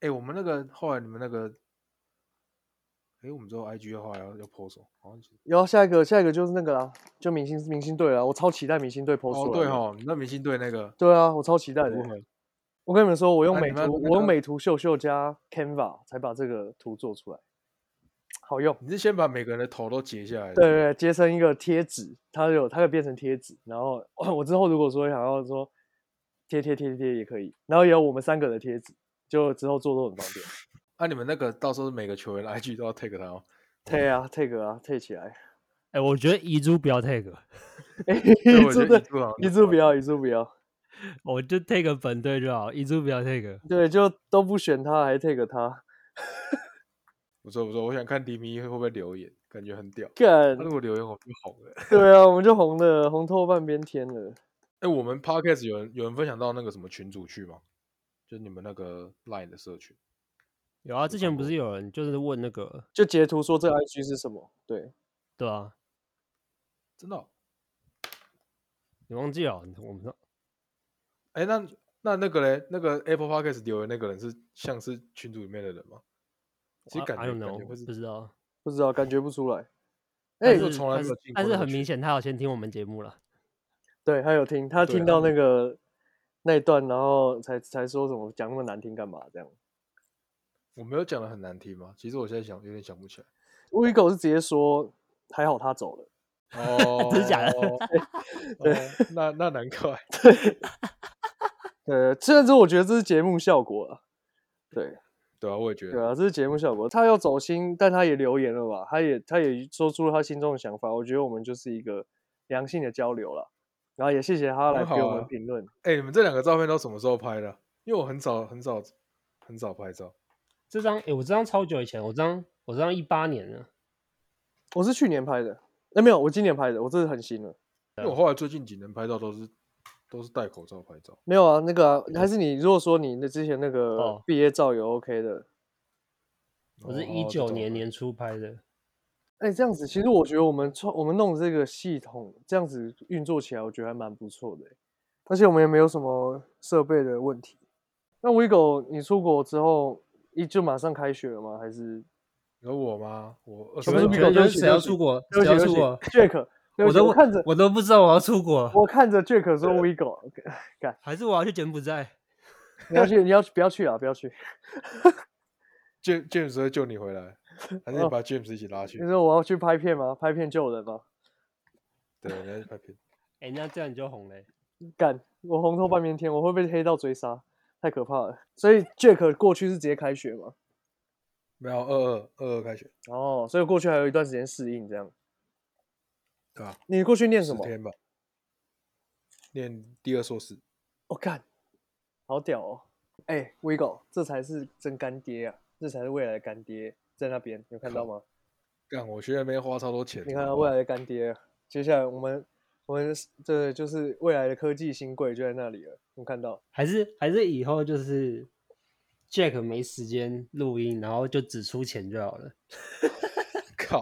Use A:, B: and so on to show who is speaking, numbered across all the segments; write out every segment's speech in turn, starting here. A: 哎，我们那个后来你们那个，哎，我们之后 IG 的话要要 po 什么？好像是
B: 然后下一个下一个就是那个啦，就明星明星队了，我超期待明星队 p o
A: 哦，对哦，你那明星队那个
B: 对啊，我超期待的
A: 如。何？
B: 我跟你们说，我用
A: 那你
B: 美图，
A: 们那
B: 我用
A: 个
B: 美图秀秀加 Canva 才把这个图做出来，好用。
A: 你是先把每个人的头都截下来？
B: 对，对，结成一个贴纸，它有它可以变成贴纸，然后我之后如果说想要说贴贴贴贴贴也可以，然后也有我们三个的贴纸，就之后做都很方 便。
A: 啊，你们那个到时候每个球员的 IG 都要 take 他 哦。
B: take 啊 take 啊 take 起来，
C: 哎、我觉得遗珠不要 take，
B: 哎，
A: 对，我觉
B: 一注
A: 得
B: 对
A: 遗，珠好像
B: 一
A: 是
B: 注不要，一注不要，
C: 我就 take 本队就好，遗珠不要 take。
B: 对，就都不选他，还 take 他，
A: 不错不错，我想看迪米会不会留言，感觉很 屌。
B: 干
A: 他，如果留言，我们就红了。
B: 对啊，我们就红了，红透半边天了。
A: 哎，我们 podcast 有人有人分享到那个什么群主去吗？就是你们那个 line 的社群。
C: 有啊，之前
A: 看
C: 不是有人就是问那个，
B: 就截图说这 IG 是什么？对，
C: 对啊，
A: 真的哦、
C: 你忘记了？我们说
A: 哎，那那那个嘞，那个 Apple Podcast 留言那个人是像是群组里面的人吗？其实感
C: I
A: 觉
C: don't
A: 感觉
C: know，
A: 会是
C: 不知道。
B: 不知道，感觉不出来。哎、
C: 但
A: 就是从来没
C: 但是
A: 有进
C: 但
A: 过
C: 是
A: 那个
C: 很明
A: 群
C: 显，他有先听我们节目了。
B: 对，他有听，他
A: 对
B: 听
A: 啊
B: 到那个那一段，然后才才说什么讲那么难听干嘛这样。
A: 我没有讲的很难听吗？其实我现在想有点想不起 来。
B: 乌鱼狗是直接说还好他走了，
A: 哦，
C: 真的假的
A: 哦？那那难怪。
B: 呃，甚至我觉得这是节目效果啊。对
A: 对啊，我也觉
B: 对
A: 得。
B: 啊，这是节目效果。他要走心，但他也留言了吧？他也他也说出了他心中的想法。我觉得我们就是一个良性的交流了。然后也谢谢他来
A: 很
B: 给
A: 好
B: 我
A: 啊
B: 们评论。
A: 哎、你们这两个照片都什么时候拍的啊？因为我很少很少很少拍照。
C: 这张，哎、我这张超久以前，我这张我这张一八年了。
B: 我是去年拍的，哎、没有，我今年拍的，我这是很新了。
C: 啊
A: 因为我后来最近几年拍照都是都是戴口罩拍照，
B: 没有啊，那个、啊、还是你如果说你那之前那个
C: 哦
B: 毕业照有 OK 的，
C: 我是
A: 然后
C: 一
A: 这
C: 九
A: 种
C: 年
A: 的
C: 年初拍哦的，
B: 哎、这样子其实我觉得我们创我们弄这个系统这样子运作起来，我觉得还蛮不错的欸、而且我们也没有什么设备的问题。那 WeGo 你出国之后，一就马上开学了吗？还是
A: 有我吗？我二
B: 全
A: 十二
B: 部都
C: 你
B: 没有
C: 们你
B: 对不
C: 们
B: 起
C: 谁
B: 对
C: 要
B: 不起
C: 出国？
B: 对不
C: 谁要
B: 起
C: 出
B: 对
C: 国
B: 不？起，Jack，对不
C: 我
B: 起，
C: 都
B: 我看着
C: 我都不知道我要出国，
B: 我看着 Jack 说 WeGo，
C: 还是我要去柬埔寨？
B: 你要去你要去不要去啊？不要 去，
A: James James 会救你回来，还是你
B: 哦
A: 把 James 一起拉去
C: 嗯
B: 你？说我要去拍片吗？拍片救人吗？
A: 对，你要去拍片。
C: 哎、那这样你就红嘞、
B: 干，我红头半边天，我会被黑到追杀，太可怕了。所以 Jack 过去是直接开学嘛，
A: 没有二二二二开学，
B: 哦，所以过去还有一段时间适应这样。
A: 对吧、啊？
B: 你过去念
A: 十
B: 什么？
A: 天吧，念第二硕士。
B: 我哦干、好屌哦！哎、w i g o 这才是真干爹啊，这才是未来的干爹，在那边有看到吗？
A: 干，我去那边花超多钱的。
B: 你看
A: 好
B: 他
A: 不
B: 未
A: 好
B: 来的干爹啊，接下来我们我们这就是未来的科技新贵就在那里了，我看到。
C: 还是还是以后就是 Jack 没时间录音，然后就只出钱就好了。
A: 靠，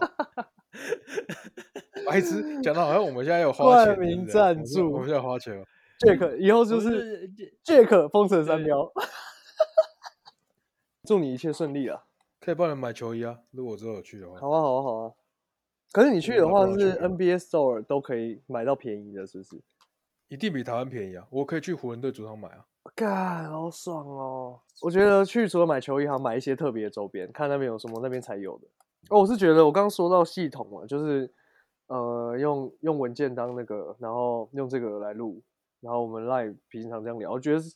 A: 白痴，讲的好像我们现在有花
B: 冠
A: 钱一样。
B: 名
A: 是不是我们
B: 赞
A: 现在我
B: 助
A: 们现在花钱了。哦
B: Jack 以后就
C: 嗯不
B: 是
C: 是就
B: Jack 封神三
C: 对
B: 标， 祝你一切顺利啊！
A: 可以帮你买球衣啊，如果我之后有去的话。
B: 好啊，好啊，好啊。可是你去
A: 我
B: 的
A: 那
B: 话
A: 不然
B: 是
A: 去
B: NBA Store 都可以买到便宜的，是不是？
A: 一定比台湾便宜啊！我可以去湖人队主场买啊。
B: 干，好爽哦！我觉得去除了买球衣，还要买一些特别的周边，看那边有什么，那边才有的。哦，我是觉得我刚刚说到系统嘛，就是呃，用用文件当那个，然后用这个来录，然后我们 live 平常这样聊，我觉得是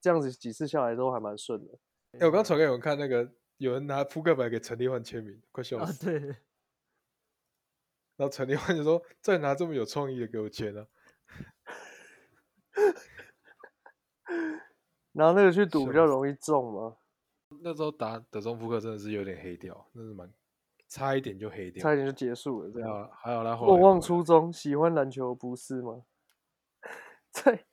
B: 这样子几次下来都还蛮顺的。
A: 哎、我刚传给你们看那个，有人拿扑克牌给陈立焕签名，快笑
C: 啊
A: 死！
C: 对，
A: 然后陈立焕就说：“再拿这么有创意的给我签啊
B: 然后那个去赌
A: 笑
B: 比较容易中嘛，！”
A: 那时候打德州扑克真的是有点黑掉，那是蛮差一点就黑掉。
B: 差一点就结束了这
A: 对
B: 样。
A: 啊，还有他后来
B: 莫
A: 有
B: 忘
A: 回来
B: 初衷，喜欢篮球不是吗？ 再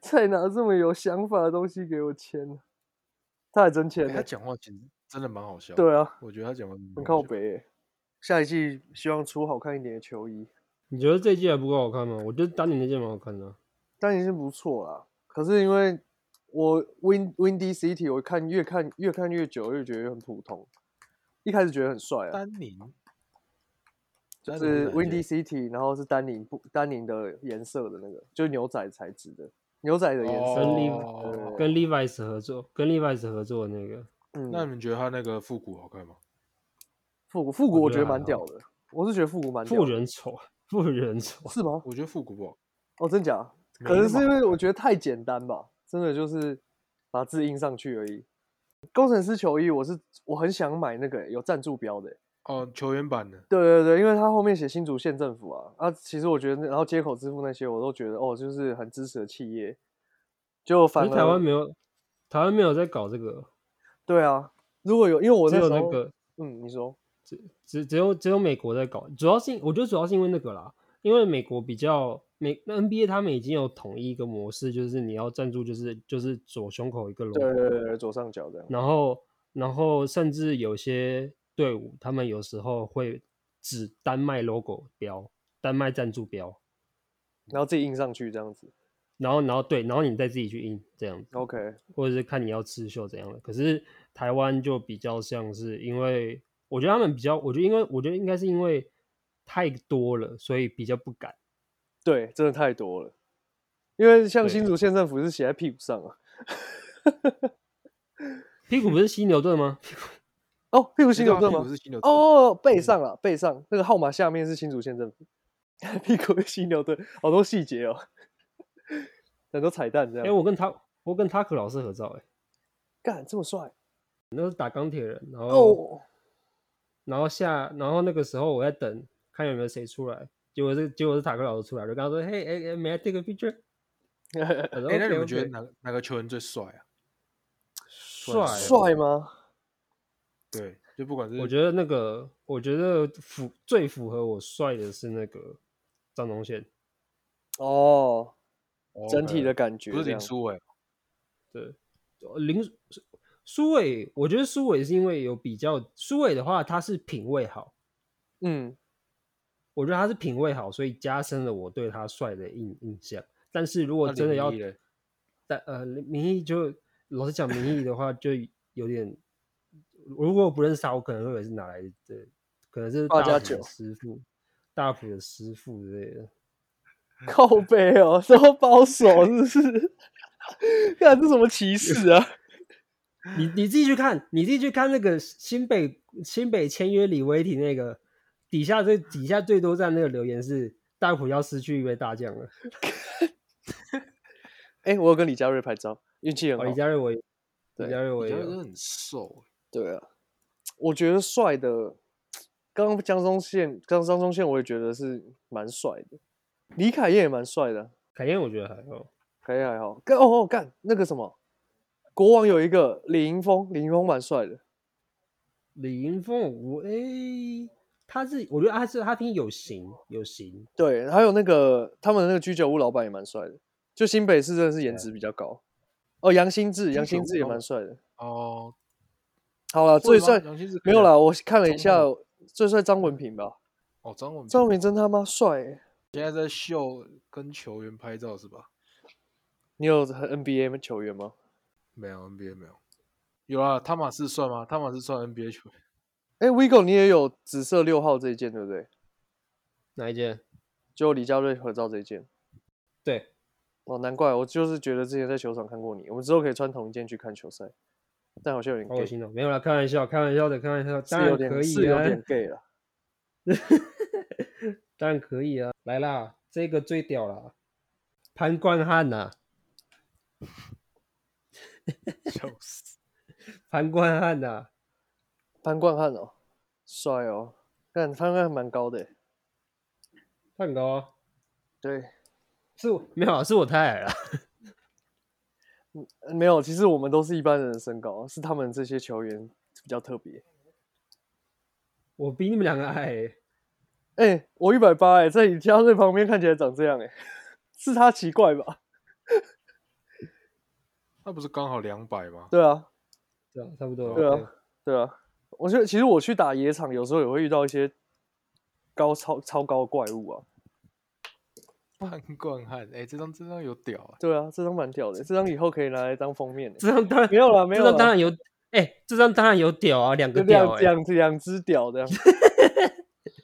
B: 再拿这么有想法的东西给我签啊，他还真签
A: 哎
B: 呢、
A: 他讲话其实真的蛮好笑。，
B: 对啊，
A: 我觉得他讲话真的
B: 很
A: 蛮
B: 靠
A: 好笑。
B: 北欸、下一季希望出好看一点的球衣，
C: 你觉得这季还不够好看吗？我觉得当年那件蛮好看的啊。
B: 但已经不错啦。可是因为我 Win Windy City，我看越看越看越久，越觉得很普通。一开始觉得很帅啊，
A: 丹宁，
B: 就
A: 丹宁
B: 是
A: 哪一件
B: Windy City，然后是丹宁布丹宁的颜色的那个，就是牛仔材质的，牛仔的颜色。
C: 跟
A: 哦
C: Levi 跟 Levi's 合作，跟 Levi's 合作的那个，
A: 那你
B: 嗯，
A: 们觉得他那个复古好看吗？
B: 复古复古
C: 我
B: 我
C: 觉
B: 觉
C: 得
B: 得蛮
C: 还
B: 屌
C: 好
B: 的，我是觉得复古蛮屌
C: 富
B: 的。
C: 人丑，啊富人丑，
B: 是吗？
A: 我觉得复古不好，
B: 哦，真假？
A: 没
B: 可能
A: 那
B: 是
A: 么
B: 因
A: 好
B: 为我
A: 看
B: 觉得太简单吧，真的就是把字印上去而已。工程师球衣，我是我很想买那个欸、有赞助标的欸、
A: 哦，球员版的，
B: 对对对，因为它后面写新竹县政府啊啊，其实我觉得那，然后接口支付那些，我都觉得哦，就是很支持的企业。就
C: 可
B: 反
C: 是
B: 而
C: 台湾没有，台湾没有在搞这个，
B: 对啊，如果有，因为我
C: 只有
B: 时
C: 那
B: 候
C: 个
B: 嗯，你说
C: 只只有只有美国在搞，主要是我觉得主要是因为那个啦，因为美国比较美那 NBA 他们已经有统一一个模式，就是你要赞助就是就是左胸口一个 logo，
B: 对对对对，左上角这样，
C: 然后然后甚至有些队伍他们有时候会只单卖 logo 标，单卖赞助标，
B: 然后自己印上去这样子。
C: 然后然后对，然后你再自己去印这样子。
B: OK，
C: 或者是看你要刺绣怎样的。可是台湾就比较像是，因为我觉得他们比较，我觉得因为我觉得应该是因为太多了，所以比较不敢。
B: 对，真的太多了，因为像
C: 对
B: 新竹县政府是写在屁股上啊。
C: 屁股不是犀牛盾吗？
B: 哦，屁股
A: 新
B: 新牛盾吗
A: 不？啊是新牛盾，
B: 哦，背上了，背上那个号码下面是新竹县政府， 屁股是犀牛队，好多细节哦，很多彩蛋这
C: 哎、
B: 样。
C: 我跟他，我跟塔克老师合照、欸，哎，
B: 干这么帅
C: 那是打钢铁人，然后、
B: 哦，
C: 然后下，然后那个时候我在等，看有没有谁出来，结果是结果是塔克老师出来，就跟他说，嘿，哎、哎，没 a y I take a picture？我说
A: 哎，那你
C: "OK，
A: 们觉得
C: OK
A: 哪个哪个球员最帅啊？
C: 帅哦？
B: 帅吗？
A: 对，就不管是
C: 我觉得那个，我觉得符最符合我帅的是那个张东宪，
B: 哦，
A: 得
B: 整体的感觉
A: 呃不是
B: 这
A: 林
B: 样
A: 书伟，啊
C: 对，呃林苏苏伟，我觉得苏伟是因为有比较，苏伟的话他是品味好，
B: 嗯，
C: 我觉得他是品味好，所以加深了我对他帅的印印象。但是如果
A: 那
C: 真的
A: 林
C: 要
A: 毅嘞，
C: 但呃，民意就老实讲，民意的话就有点，如果我不认识他，我可能会以为是哪来的，可能是
B: 八
C: 大
B: 加
C: 埔的
B: 九
C: 师傅，大埔的师傅之类的。
B: 靠背哦，这么保守是不是？ 干这什么歧视啊？
C: 你你自己去看，你自己去看那个新北新北签约李威廷那个底下最底下最多在那个留言是大埔要失去一位大将了，
B: 哎，我有跟李佳瑞拍照，运气很
C: 哦
B: 好
C: 李。佳瑞我也
B: 对啊
C: 李佳瑞我
A: 李
C: 也
A: 佳瑞真的
C: 有
A: 很瘦，欸
B: 对啊，我觉得帅的，刚刚江中宪，刚张中宪我也觉得是蛮帅的，李凯燕也蛮帅的，
C: 凯燕我觉得还好，
B: 凯燕还好。干哦哦干那个什么，国王有一个李盈峰，李盈峰蛮帅的，
C: 李云峰我诶、他是我觉得他是他挺有型有型，
B: 对，还有那个他们那个居酒屋老板也蛮帅的，就新北市真的是颜值比较高。哦，杨新志，杨
A: 居酒
B: 新志也
A: 屋老
B: 蛮
A: 板
B: 帅的。
A: 哦，
B: 好了，啊
A: 会
B: 最
A: 吗
B: 帅
A: 杨新志可
B: 没
A: 以
B: 有
A: 啊
B: 啦，我看了一
A: 中
B: 下
A: 后，
B: 最帅张文平吧，
A: 哦，张文平
B: 张文平真他妈帅欸、
A: 现在在秀跟球员拍照是吧？
B: 你有很 NBA 球员吗？
A: 没有 NBA 没有，有啊，汤马斯算吗？汤马斯算 NBA 球员，
B: 哎，Vigo，你也有紫色六号这一件对不对？
C: 哪一件？
B: 就李佳瑞合照这一件。
C: 对，
B: 哦，难怪我就是觉得之前在球场看过你，我们之后可以穿同一件去看球赛，但好像有点
C: 好恶
B: gay，
C: 心哦，没有啦，开玩笑，开玩笑的，开玩笑，当
B: 是有
C: 然
B: 点
C: 可以
B: 是有
C: 啊
B: 点 gay 了。
C: 当然可以啊，来啦，这个最屌啦，潘冠汉呐、
A: 笑死！
C: 潘冠汉呐、
B: 潘冠汉哦，帅哦，但潘冠汉蛮高的欸，
C: 他很高啊，
B: 对，
C: 是我没有啊，是我太矮了。
B: 呃没有，其实我们都是一般人的身高，是他们这些球员比较特别。
C: 我比你们两个矮欸，
B: 哎，我一百八哎，在李佳瑞旁边看起来长这样哎， 是他奇怪吧？
A: 那不是刚好两百吗？
B: 对啊，
C: 对啊，差不多。
B: 对啊，对啊，我觉得其实我去打野场，有时候也会遇到一些高超超高的怪物啊。
A: 潘冠汉，哎、这张这张有屌啊！
B: 对啊，这张蛮屌的，这张以后可以拿来当封面欸。
C: 这张当然
B: 没有啦，没有
C: 这张当
B: 啦，
C: 然有，哎、这张当然有屌啊，两
B: 就
C: 个屌
B: 两
C: 哎、
B: 两两只屌 这样。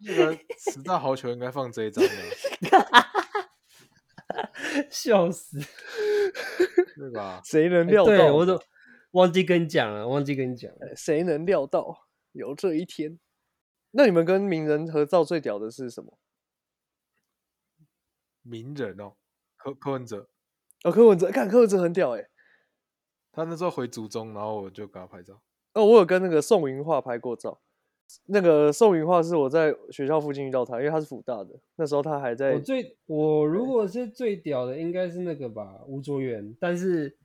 A: 那个十大好球应该放这一张的，啊
C: 笑死！
A: 对吧？
B: 谁能
C: 哎
B: 料
C: 对
B: 到？
C: 我都忘记跟你讲了，忘记跟你讲了。
B: 谁能料到有这一天？那你们跟名人合照最屌的是什么？
A: 名人哦，柯柯文哲，
B: 哦，柯文哲，看柯文哲很屌哎、
A: 他那时候回祖宗，然后我就给他拍照。
B: 哦，我有跟那个宋云画拍过照。那个宋云画是我在学校附近遇到他，因为他是辅大的，那时候他还在
C: 我最我如果是最屌的，应该是那个吧，吴卓源。但是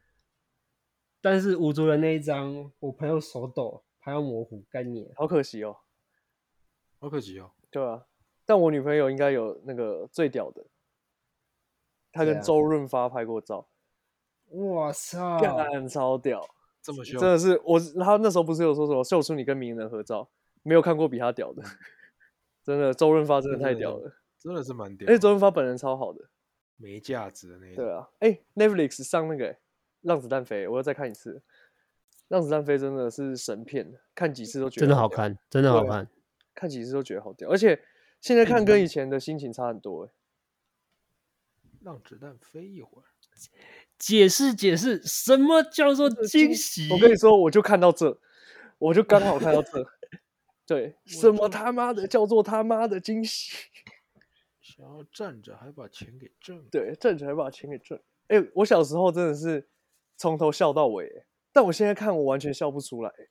C: 但是吴卓源那一张，我朋友手抖，拍到模糊，干你！啊
B: 好可惜哦，
A: 好可惜哦，
B: 对啊，但我女朋友应该有那个最屌的，她
C: 谁
B: 跟
C: 啊
B: 周润发拍过照，
C: 哇操！
B: 干超屌，
A: 这么凶
B: 真，的是我是。她那时候不是有说什么秀出你跟名人合照，没有看过比他屌的，真的，周润发真的
A: 真
B: 太
A: 的
B: 屌
A: 真
B: 了，
A: 真的是蛮屌
B: 而且，周润发本人超好的，
A: 没价值的那一
B: 对
A: 种。
B: 啊，哎、n e t f l i x 上那个、欸《让子弹飞》，我要再看一次，《让子弹飞》真的是神片，看几次都觉得
C: 真的好
B: 屌，
C: 看，真的好
B: 对啊
C: 看。
B: 看几次都觉得好屌，而且现在看跟以前的心情差很多、欸，
A: 让子弹飞一会儿，
C: 解释解释，什么叫做惊 喜？
B: 我跟你说，我就看到这，我就刚好看到这。对，什么他妈的叫做他妈的惊喜？
A: 想要站着还把钱给挣了。
B: 对，挣钱还把钱给挣。哎、我小时候真的是从头笑到尾欸，但我现在看我完全笑不出来欸。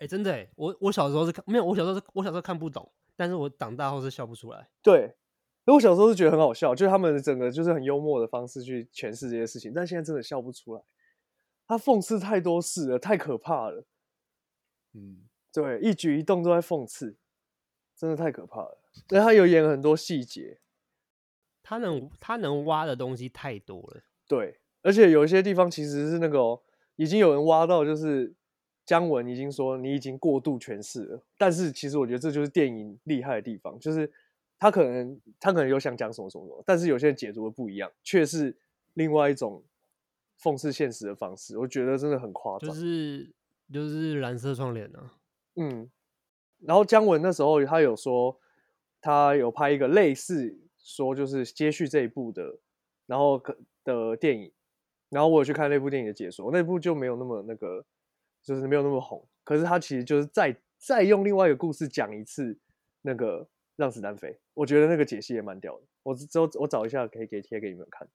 C: 哎、真的、欸，我我小时候是看没有，我小时候是我小时候看不懂，但是我长大后是笑不出来。
B: 对，因为我小时候是觉得很好笑，就是他们整个就是很幽默的方式去诠释这些事情，但现在真的笑不出来。他讽刺太多事了，太可怕了。
A: 嗯，
B: 对，一举一动都在讽刺，真的太可怕了。但他有演很多细节，
C: 他能他能挖的东西太多了，
B: 对，而且有一些地方其实是那个、哦、已经有人挖到，就是姜文已经说你已经过度诠释了。但是其实我觉得这就是电影厉害的地方，就是他可能他可能有想讲什么什么什么，但是有些人解读的不一样，却是另外一种讽刺现实的方式。我觉得真的很夸张。
C: 就是就是蓝色窗帘啊，
B: 嗯，然后姜文那时候他有说，他有拍一个类似说就是接续这一部的，然后可的电影，然后我有去看那部电影的解说，那部就没有那么那个，就是没有那么红，可是他其实就是再再用另外一个故事讲一次那个让子弹飞，我觉得那个解析也蛮屌的，我之之后我找一下可以给贴给你们看，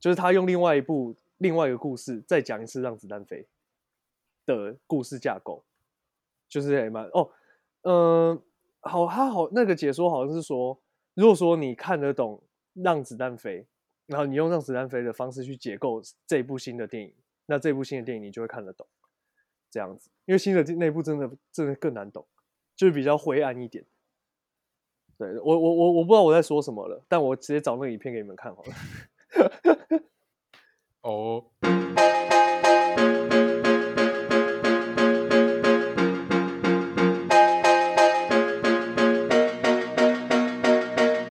B: 就是他用另外一部另外一个故事再讲一次让子弹飞的故事架构。就是也蛮哦，嗯、好，他好那个解说好像是说，如果说你看得懂《让子弹飞》，然后你用《让子弹飞》的方式去解构这部新的电影，那这部新的电影你就会看得懂，这样子，因为新的那部真的真的更难懂，就是比较灰暗一点。对我我我我不知道我在说什么了，但我直接找那个影片给你们看好了。
A: 哦，